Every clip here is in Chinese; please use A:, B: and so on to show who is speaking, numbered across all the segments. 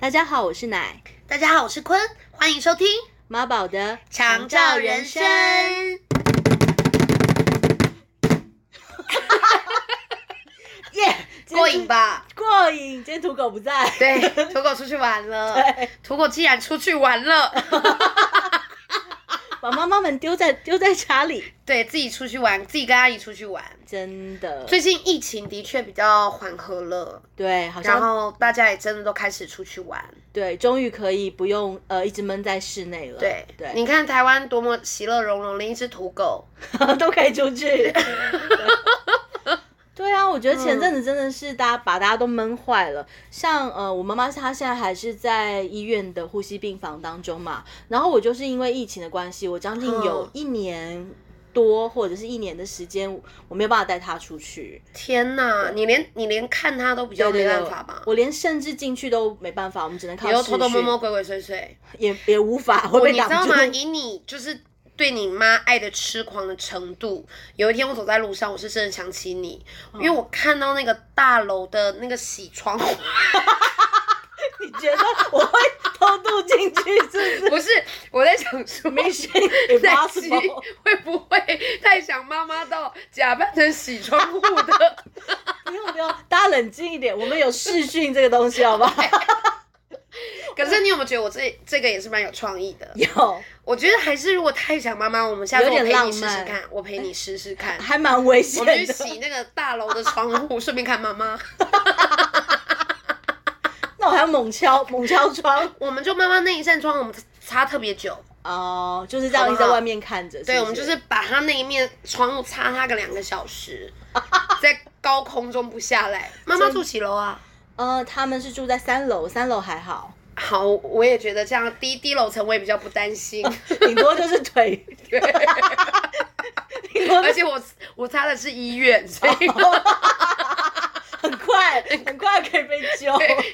A: 大家好，我是奶
B: 大家好，我是坤，欢迎收听《
A: 妈宝的
B: 长照人生》。耶，过瘾吧？
A: 过瘾。今天土狗不在，
B: 对，土狗出去玩 了。
A: 对，
B: 土狗既然出去玩了，
A: 把妈妈们丢在丢在家里，
B: 对自己出去玩，自己跟阿姨出去玩。
A: 真的。
B: 最近疫情的确比较缓和了，
A: 对，好
B: 然
A: 像
B: 后大家也真的都开始出去玩。
A: 对，终于可以不用呃一直闷在室内了。
B: 对，
A: 对，
B: 你看台湾多么其乐融融，连一只土狗，
A: 都可以出去。 对对啊，我觉得前阵子真的是大家把大家都闷坏了。像呃，我妈妈她现在还是在医院的呼吸病房当中嘛，然后我就是因为疫情的关系，我将近有
B: 嗯
A: 一年多或者是一年的时间，我没有办法带她出去。
B: 天哪！你连你连看它都比较没办法吧？
A: 我连甚至进去都没办法，我们只能靠
B: 你又
A: 视
B: 偷偷摸
A: 讯
B: 摸、鬼鬼祟祟。
A: 也也无法会
B: 我
A: 被
B: 你知
A: 挡
B: 道
A: 住。
B: 吗？以你就是对你妈爱的痴狂的程度，有一天我走在路上，我是真的想起你，
A: 嗯
B: 因为我看到那个大楼的那个洗 窗户，
A: 你觉得我会偷渡进去是不是
B: 不是 我在想
A: ？Mission
B: 说。奶昔
A: Impossible，
B: 会不会太想妈妈到假扮成洗窗户的？
A: 不用不用，大家冷静一点，我们有视讯这个东西，好不
B: 哎
A: 好？
B: 可是你有没有觉得我这这个也是蛮有创意的？
A: 有，
B: 我觉得还是如果太想妈妈，我们下次
A: 有
B: 我
A: 点
B: 陪
A: 浪
B: 你试试
A: 漫
B: 看，我陪你试试 看。
A: 还蛮危
B: 我
A: 险
B: 们去
A: 的。
B: 洗那个大楼的窗户，顺便看妈妈。
A: 那我还要猛敲猛敲窗
B: 我们就妈妈那一扇窗，我们擦特别久。
A: 哦，就是这样一
B: 好不
A: 直在
B: 好
A: 外面看着。
B: 对，我们就是把它那一面窗户擦它个两个小 时，在高空中不下来。妈妈住几楼啊？
A: 呃，他们是住在三楼，三楼还好，
B: 好，我也觉得这样低低楼层我也比较不担心。
A: 顶多就是腿，
B: 对，
A: 顶多
B: 而且我我擦的是医院，所 以
A: 很 快很快可以被救。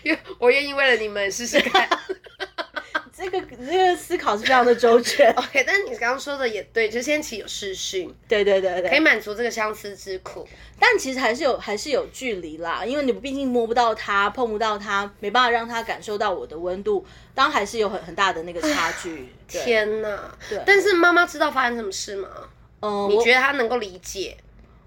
B: 因为我愿意为了你们试试 看。
A: 这个这个思考是非常的周 全。
B: OK，但是你刚刚说的也对，就先起有试训，
A: 对对对
B: 可以
A: 对，
B: 满足这个相思之苦。
A: 但其实还是有还是有距离啦，因为你毕竟摸不到它，碰不到它，没办法让它感受到我的温度，当然还是有很很大的那个差距。对，
B: 天哪
A: 对！
B: 但是妈妈知道发生什么事吗？
A: 嗯、
B: 你
A: 我
B: 觉得她能够理解？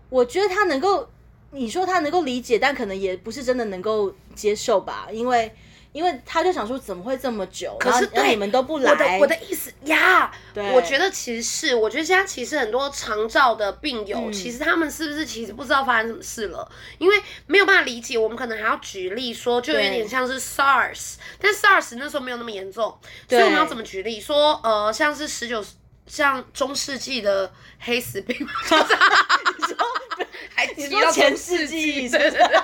A: 我觉得他能够，你说他能够理解，但可能也不是真的能够接受吧，因为因为他就想说怎么会这么久，
B: 可是
A: 然后然后
B: 对
A: 你们都不来，
B: 我的我的意思呀
A: 对，
B: 我觉得其实是，我觉得现在其实很多长照的病友，
A: 嗯
B: 其实他们是不是其实不知道发生什么事了，因为没有办法理解。我们可能还要举例说，就有
A: 对
B: 点像是 SARS，但 SARS 那时候没有那么严重，所以我们要怎么举例说，呃，像是十九。像中世纪的黑死病，还
A: 你
B: 提
A: 说
B: 到
A: 前
B: 中
A: 世纪 是
B: 对
A: 不
B: 对
A: 是
B: 对，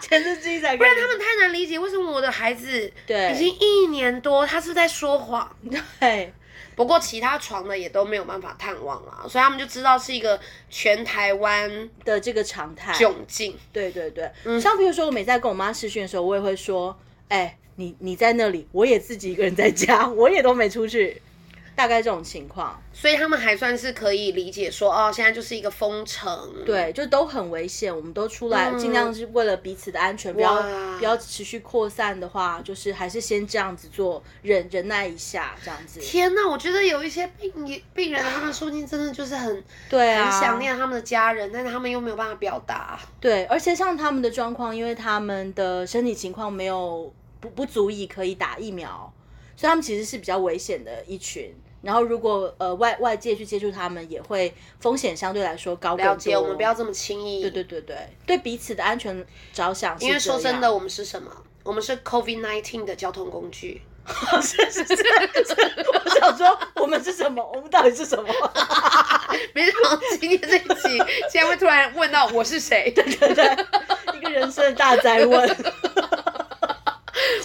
A: 全是自己在，
B: 不然他们太难理解为什么我的孩子
A: 对
B: 已经一年多，他是不是在说谎。
A: 对
B: 不过其他床的也都没有办法探望啦，所以他们就知道是一个全台湾
A: 的这个常态。
B: 窘境。
A: 对对对，
B: 嗯
A: 像比如说我每次在跟我妈视讯的时候，我也会说，哎、你你在那里，我也自己一个人在家，我也都没出去，大概这种情况，
B: 所以他们还算是可以理解说，哦，现在就是一个封城。，
A: 对，就都很危险，我们都出来，
B: 嗯
A: 尽量是为了彼此的安全，不要
B: 哇
A: 不要持续扩散的话，就是还是先这样子做，忍忍耐一下，这样子，
B: 天哪，我觉得有一些病病人，他们说不定真的就是很、
A: 对啊，
B: 很想念他们的家人，但是他们又没有办法表达。
A: 对，而且像他们的状况，因为他们的身体情况没有不不足以可以打疫苗，所以他们其实是比较危险的一群。然后如果呃外外界去接触他们，也会风险相对来说高更多。
B: 了解，我们不要这么轻易。
A: 对对对对对彼此的安全着想是这样，
B: 因为说真的，我们是什么？我们是 COVID nineteen 的交通工具。
A: 是 是是是，我想说我们是什么？我们到底是什么？
B: 没想到今天这一集，竟然会突然问到我是谁。
A: 对对，一个人生的大灾问。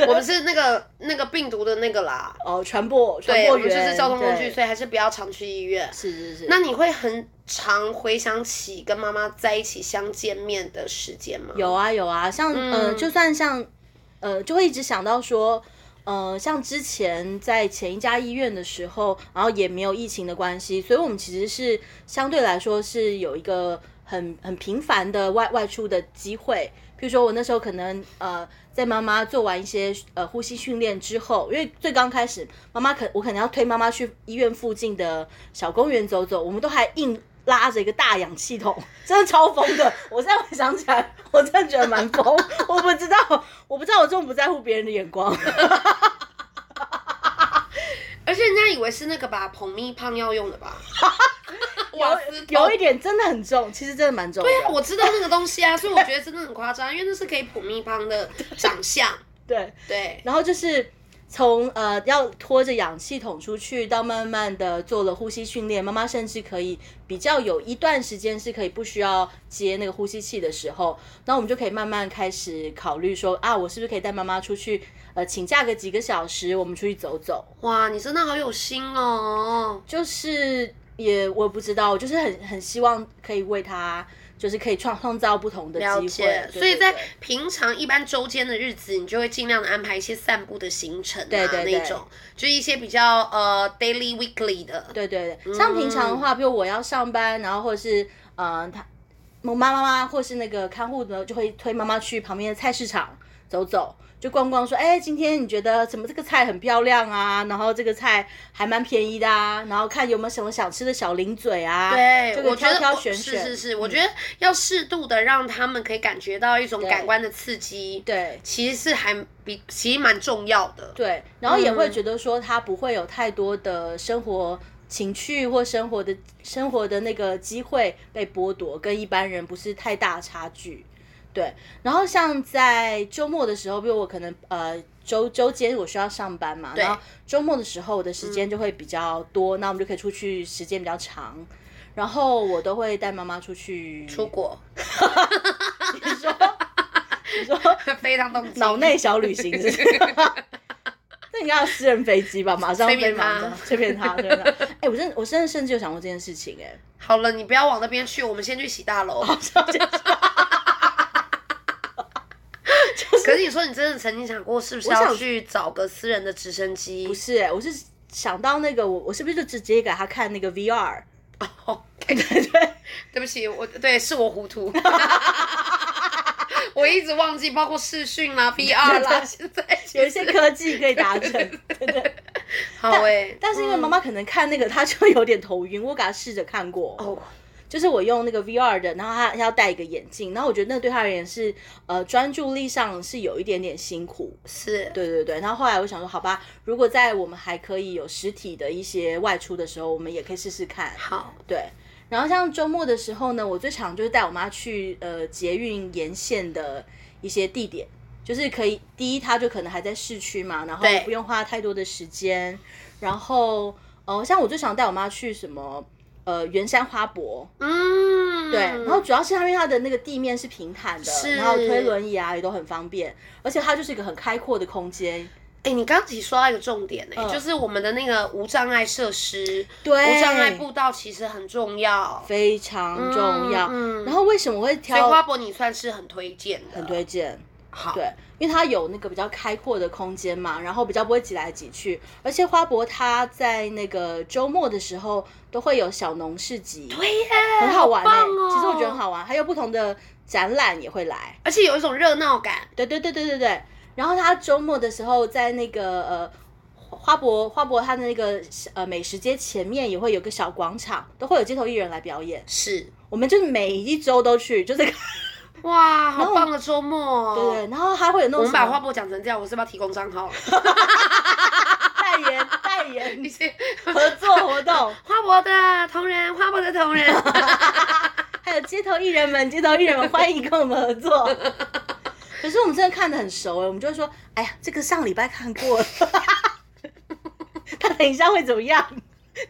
B: 我们是那个那个病毒的那个啦，
A: 哦，传播传
B: 对，
A: 播
B: 我们
A: 源
B: 就是交通工具，
A: 对
B: 所以还是不要常去医院。
A: 是是是。
B: 那你会很常回想起跟妈妈在一起相见面的时间吗？
A: 有啊有啊，像、呃，
B: 嗯
A: 就算像呃，就会一直想到说，呃，像之前在前一家医院的时候，然后也没有疫情的关系，所以我们其实是相对来说是有一个很很频繁的外外出的机会。譬如说我那时候可能呃在妈妈做完一些呃呼吸训练之后，因为最刚开始，妈妈可我可能要推妈妈去医院附近的小公园走走，我们都还硬拉着一个大氧气筒， 真的超疯的。我现在回想起来，我真的觉得蛮疯。我不知道，我不知道我这么不在乎别人的眼光。
B: 而且人家以为是那个吧，捧蜜胖要用的吧， 瓦斯桶
A: 有一点真的很重，其实真的蛮重的。
B: 对啊，我知道那个东西啊，所以我觉得真的很夸张，因为那是可以普密邦的长相。
A: 对，
B: 对，
A: 然后就是从呃要拖着氧气筒出去，到慢慢的做了呼吸训练，妈妈甚至可以比较有一段时间是可以不需要接那个呼吸器的时候，那我们就可以慢慢开始考虑说啊，我是不是可以带妈妈出去呃请假个几个小时，我们出去走走。
B: 哇，你真的好有心哦。
A: 就是也我不知道，我就是很很希望可以为她。就是可以创创造不同的
B: 了
A: 机会，
B: 解，
A: 对
B: 所以
A: 对
B: 在
A: 对
B: 平常一般周间的日子，你就会尽量的安排一些散步的行程啊，
A: 对对对
B: 那种，就是一些比较呃 daily weekly 的。
A: 对对对，像平常的话，比如我要上班，然后或者是呃，他我妈妈妈或是那个看护呢，就会推妈妈去旁边的菜市场走走，就逛逛，说，哎，今天你觉得怎么这个菜很漂亮啊？然后这个菜还蛮便宜的啊，然后看有没有什么想吃的小零嘴啊？
B: 对
A: 这，
B: 哎我
A: 个
B: 觉
A: 挑
B: 得
A: 挑
B: 我
A: 选选，嗯
B: 是是是，我觉得要适度的让他们可以感觉到一种感官的刺激，
A: 对。
B: 其实是还比其实蛮重要的。
A: 对，然后也会
B: 嗯
A: 觉得说他不会有太多的生活情趣或生活的生活的那个机会被剥夺，跟一般人不是太大差距。对，然后像在周末的时候，比如我可能呃周周间我需要上班嘛，
B: 对嗯
A: 然后周末的时候我的时间就会比较多，那我们就可以出去时间比较长，然后我都会带妈妈出去
B: 出，国
A: 你说你说
B: 非常动机，
A: 脑内小旅行是不 是那你要私人飞机吧，马上飞
B: 随便
A: 马
B: 他
A: 上，随便他，随便他。哎、我真的我真的甚至有想过这件事情、哎，
B: 好了，你不要往那边去，我们先去洗大楼。
A: 哦
B: 可是你说你真的曾经想过，是不是
A: 我想
B: 要去找个私人的直升机
A: 不？是、哎，我是想到那个我我是不是就直接给他看那个 VR？
B: 哦，
A: 对对对，
B: 对不起，我对是我糊涂， 我一直忘记，包括视讯啊啦、VR 啦，现在
A: 有一些科技可以达成，对对。
B: 好哎、
A: 但是因为妈妈可能看那个，她就有点头晕，我给她试着看过。
B: 哦，
A: 就是我用那个 VR 的，然后他要戴一个眼镜，然后我觉得那对他而言是，呃，专注力上是有一点点辛苦，
B: 是
A: 对对对，然后后来我想说，好吧，如果在我们还可以有实体的一些外出的时候，我们也可以试试看。
B: 好，
A: 对，然后像周末的时候呢，我最常就是带我妈去呃捷运沿线的一些地点，就是可以第一，它就可能还在市区嘛，然后
B: 对
A: 不用花太多的时间。然后呃，像我最常带我妈去什么呃圆山花博，
B: 嗯，
A: 对，然后主要是它因为它的那个地面是平坦的，
B: 是
A: 然后推轮椅啊也都很方便，而且它就是一个很开阔的空间。
B: 哎、你刚刚提说到一个重点呢、欸
A: 嗯
B: 就是我们的那个无障碍设施、
A: 对，
B: 无障碍步道其实很重要，
A: 非常重要。
B: 嗯嗯
A: 然后为什么我会
B: 所以
A: 挑
B: 花博你算是很推荐的，
A: 很推荐？
B: 好，
A: 对，因为它有那个比较开阔的空间嘛，然后比较不会挤来挤去，而且花博它在那个周末的时候都会有小农市集，
B: 对耶，
A: 很好玩、欸
B: 棒哦
A: 其实我觉得很好玩，还有不同的展览也会来。
B: 而且有一种热闹感，
A: 对对对对对对。然后它周末的时候在那个呃花博花博它的那个呃美食街前面也会有个小广场，都会有街头艺人来表演。
B: 是
A: 我们就是每一周都去，就是对
B: 哇，
A: 然后
B: 好棒的周末、哦，
A: 对，然后还会有那
B: 我
A: 种
B: 们
A: 什
B: 把
A: 么
B: 花博讲成这样，我是不是要提供账号？
A: 代 言代
B: 一
A: 言
B: 些
A: 合作活动，
B: 花博的同仁，花博的 同仁，
A: 还有街头艺人们，街头艺人们欢迎跟我们合 作。可是我们真的看得很熟哎，我们就会说，哎呀，这个上礼拜看过了，他等一下会怎么样？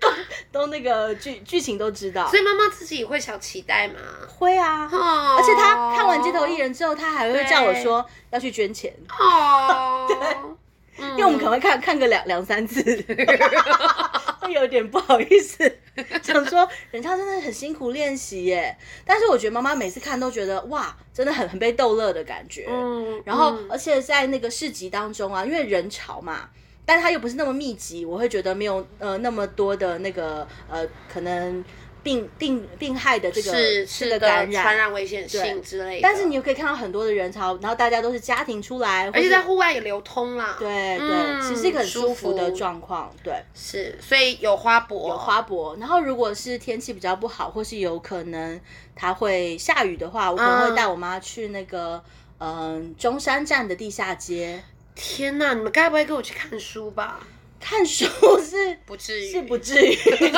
A: 都都那个剧剧情都知道
B: 所，以妈妈自己也会小期待嘛。
A: 会啊。
B: 哦，
A: 而且他看完街头艺人之后，他还会叫我
B: 对
A: 说要去捐钱，
B: 哦， 嗯
A: 因为
B: 对
A: 我们可能会看看个两两三次， 会有点不好意思，想说人家真的很辛苦练习耶。但是我觉得妈妈每次看都觉得哇，真的很很被逗乐的感觉。
B: 嗯，
A: 然后，
B: 嗯
A: 而且在那个市集当中啊，因为人潮嘛，但它又不是那么密集，我会觉得没有呃那么多的那个呃可能。病病病害的这个这
B: 是是
A: 个
B: 的
A: 感
B: 传染危险性之类的。
A: 但是你又可以看到很多的人潮，然后大家都是家庭出来，
B: 而
A: 或
B: 且
A: 是
B: 在户外也流通啦，
A: 对对，
B: 嗯
A: 其实是一个很舒
B: 舒
A: 服
B: 服
A: 的状况，对。
B: 是，所以有花博，有
A: 呃花博，然后如果是天气比较不好，或是有可能它会下雨的话，我可能会
B: 嗯
A: 带我妈去那个嗯、中山站的地下街
B: 天呐，你们该不会跟我去看书吧？
A: 看书是
B: 不至于，
A: 是不至于，对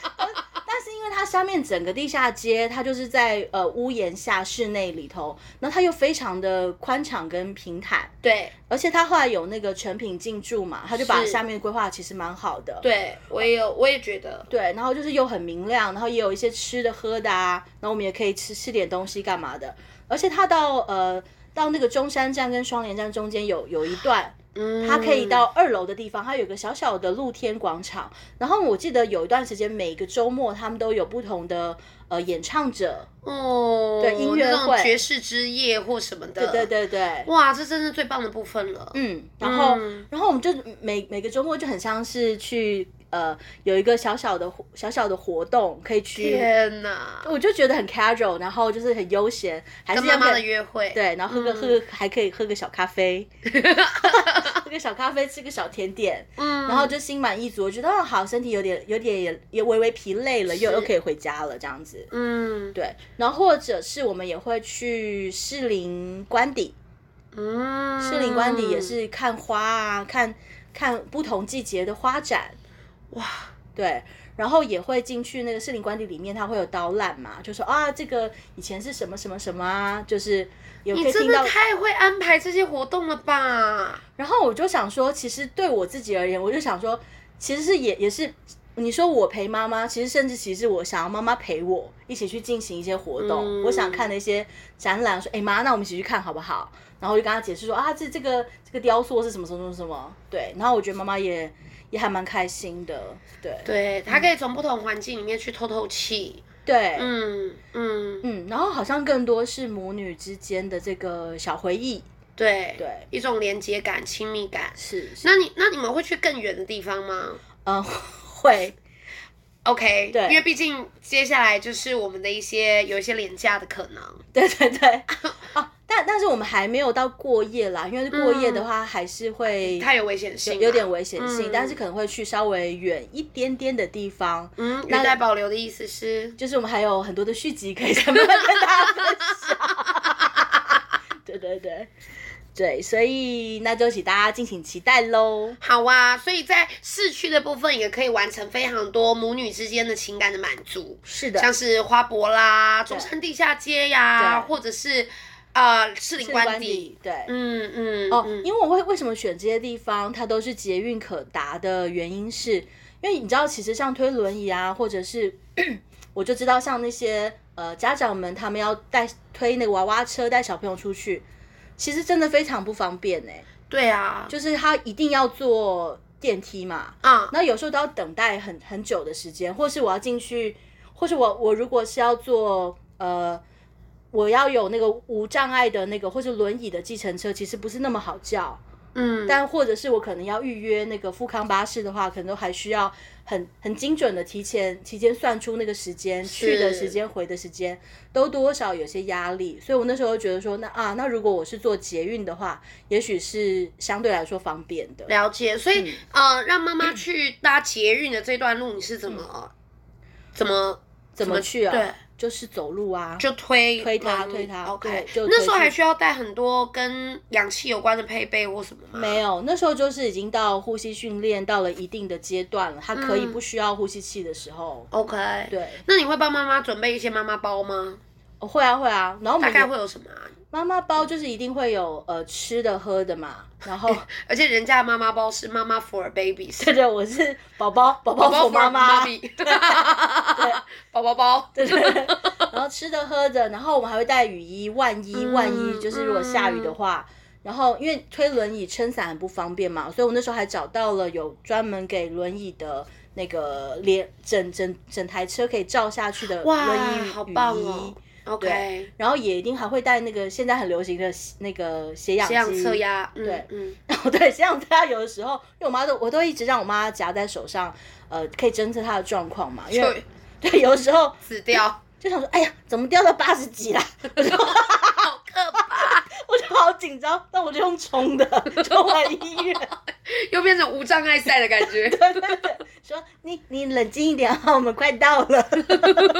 A: 但是因为它下面整个地下街，它就是在呃屋檐下室内里头，然后它又非常的宽敞跟平坦，
B: 对
A: 而且它后来有那个成品进驻嘛，它就把
B: 是
A: 下面规划其实蛮好的。
B: 对，我也有，我也觉得，
A: 对，然后就是又很明亮，然后也有一些吃的喝的啊，然后我们也可以吃吃点东西干嘛的。而且它到呃到那个中山站跟双连站中间有有一段，
B: 嗯，
A: 它可以到二楼的地方，它有一个小小的露天广场。然后我记得有一段时间，每个周末他们都有不同的呃演唱者，
B: 哦，
A: 对音乐
B: 那种
A: 会
B: 爵士之夜或什么的，
A: 对对对对，
B: 哇，这真是最棒的部分了。
A: 嗯，然后、
B: 嗯
A: 然后我们就每每个周末就很像是去呃有一个小小的活小小的活动可以去。
B: 天哪，
A: 我就觉得很 casual，然后就是很悠闲，还是
B: 跟
A: 要
B: 妈妈
A: 跟
B: 的约嗯会，
A: 对，然后喝个、喝个还可以喝个小咖 啡，喝个小咖啡，吃个小甜点，
B: 嗯，
A: 然后就心满意足。我觉得哦好，身体有点有点也也微微疲累了，又
B: 是
A: 又可以回家了这样子。
B: 嗯
A: 对，然后或者是我们也会去士林官邸，
B: 嗯，
A: 士林官邸也是看花啊，看看不同季节的花展，
B: 哇，
A: 对，然后也会进去那个士林官邸里面，它会有导览嘛，就说啊，这个以前是什么什么什么啊，就是有可
B: 你
A: 以
B: 真
A: 听到
B: 的。太会安排这些活动了吧？
A: 然后我就想说，其实对我自己而言，我就想说，其实是也也是，你说我陪妈妈，其实甚至其实我想要妈妈陪我一起去进行一些活动，
B: 嗯
A: 我想看的一些展览，说哎妈，那我们一起去看好不好？然后我就跟她解释说啊，这这个这个雕塑是什么什么什么什么，对。然后我觉得妈妈也也还蛮开心的，对
B: 对，它可以从不同环境里面去透透气。
A: 对，
B: 嗯嗯，
A: 嗯，然后好像更多是母女之间的这个小回忆，
B: 对
A: 对，
B: 一种连接感、亲密感。
A: 是是，
B: 那你那你们会去更远的地方吗
A: 嗯，会，
B: ？OK，
A: 对
B: 因为毕竟接下来就是我们的一些有一些廉价的可能。
A: 对对对，哦，但但是我们还没有到过夜啦，因为过夜的话还是会
B: 它有嗯危险性嘛，
A: 有点危险性，
B: 嗯
A: 但是可能会去稍微远一点点的地方，
B: 嗯，语带保留的意思是，
A: 就是我们还有很多的续集可以再慢慢跟大家分享。 对对对。对，所以那就请大家敬请期待喽。
B: 好啊，所以在市区的部分也可以完成非常多母女之间的情感的满足，
A: 是的，
B: 像是花博啦、中山地下街呀，
A: 对
B: 或者是呃士林官邸。
A: 对，
B: 嗯嗯
A: 哦，
B: 嗯
A: 因为我会为什么选这些地方，它都是捷运可达的原因是，因为你知道，其实像推轮椅啊，或者是我就知道像那些呃家长们，他们要带推那个娃娃车带小朋友出去，其实真的非常不方便哎、
B: 对啊，
A: 就是他一定要坐电梯嘛，
B: 啊、
A: 然后有时候都要等待很很久的时间，或是我要进去，或是我我如果是要坐呃，我要有那个无障碍的那个或是轮椅的计程车，其实不是那么好叫。
B: 嗯，
A: 但或者是我可能要预约那个富康巴士的话，可能都还需要很很精准的提前提前算出那个时间去的时间回的时间，都多少有些压力。所以我那时候觉得说，那啊，那如果我是坐捷运的话，也许是相对来说方便的。
B: 了解，所
A: 嗯
B: 以、呃，让妈妈去搭捷运的这段路，你是怎么、
A: 嗯
B: 怎么
A: 怎么去啊？
B: 对，
A: 就是走路啊，
B: 就推
A: 推她
B: 妈咪
A: 推她对
B: ？OK，
A: 就推
B: 那时候还
A: 去
B: 需要带很多跟氧气有关的配备或什么吗？
A: 没有，那时候就是已经到呼吸训练到了一定的阶段了，他可以
B: 嗯
A: 不需要呼吸器的时候，
B: OK，
A: 对，
B: 那你会帮妈妈准备一些妈妈包吗？
A: 哦会啊会啊。然后我
B: 大
A: 们
B: 概
A: 有
B: 会有什么、啊？
A: 妈妈包就是一定会有呃吃的喝的嘛，然后
B: 而且人家的妈妈包是妈妈 for babies，
A: 对对，我是宝宝宝宝
B: 宝宝
A: 我
B: for
A: 妈妈，
B: mommy 宝宝包，
A: 对对。对然后吃的喝的，然后我们还会带雨衣，万一万一就是如果下雨的话。然后，因为推轮椅撑伞很不方便嘛，所以我那时候还找到了有专门给轮椅的那个连整整整台车可以罩下去的
B: 哇
A: 轮椅雨，衣，
B: 好棒哦！OK，
A: 然后也一定还会带那个现在很流行的那个血氧机，
B: 这样测压，嗯
A: 对
B: 嗯，
A: 哦，对，像他有的时候，因为我妈都我都一直让我妈夹在手上，呃，可以侦测她的状况嘛，因
B: 就
A: 为对，有时候
B: 死掉，
A: 就想说，哎呀，怎么掉到八十几啦？我就
B: 好可怕，
A: 我就好紧张，但我就用冲的，冲完医院。
B: 又变成无障碍赛的感觉。
A: 对对对，说你你冷静一点啊，我们快到了。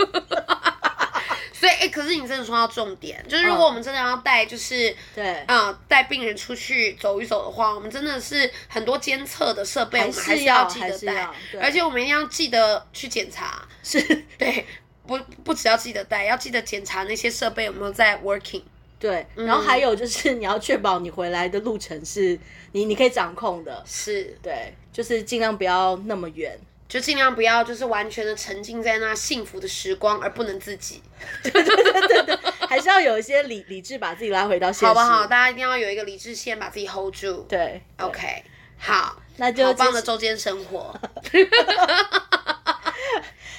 B: 所以，哎、可是你真的说到重点，就是如果我们真的要带，就是
A: 对，
B: 嗯，带病人出去走一走的话，我们真的是很多监测的设备，我
A: 还
B: 们
A: 是
B: 还是
A: 要
B: 记
A: 还
B: 得
A: 是
B: 带
A: 要，对
B: 而且我们一定要记得去检查。
A: 是，
B: 对，不不只要记得带，要记得检查那些设备有没有在 working。
A: 对。
B: 嗯
A: 然后还有就是， 你要确保你回来的路程是你你可以掌控的，
B: 是，
A: 对，就是尽量不要那么远。
B: 就尽量不要就是完全的沉浸在那幸福的时光，而不能自己，
A: 还是要有一些理理智，把自己拉回到现实，
B: 好不啊好？大家一定要有一个理智线，把自己 hold 住。
A: 对对
B: ，OK，好，
A: 那就
B: 好棒
A: 这
B: 的
A: 是
B: 周间 生活。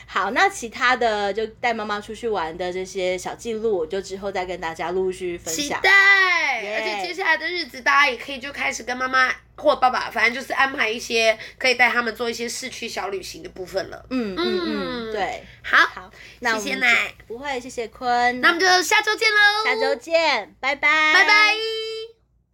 A: 好。那其他的就带妈妈出去玩的这些小记录，我就之后再跟大家陆续分
B: 期
A: 享。
B: 待。
A: 耶
B: 而且接下来的日子，大家也可以就开始跟妈妈或爸爸，反正就是安排一些可以带他们做一些市区小旅行的部分了。
A: 嗯嗯嗯，对，
B: 好，
A: 好，那我
B: 谢谢
A: 们
B: 奶
A: 就不会，谢谢坤，
B: 那我们就下周见喽，
A: 下周见，拜拜，
B: 拜拜。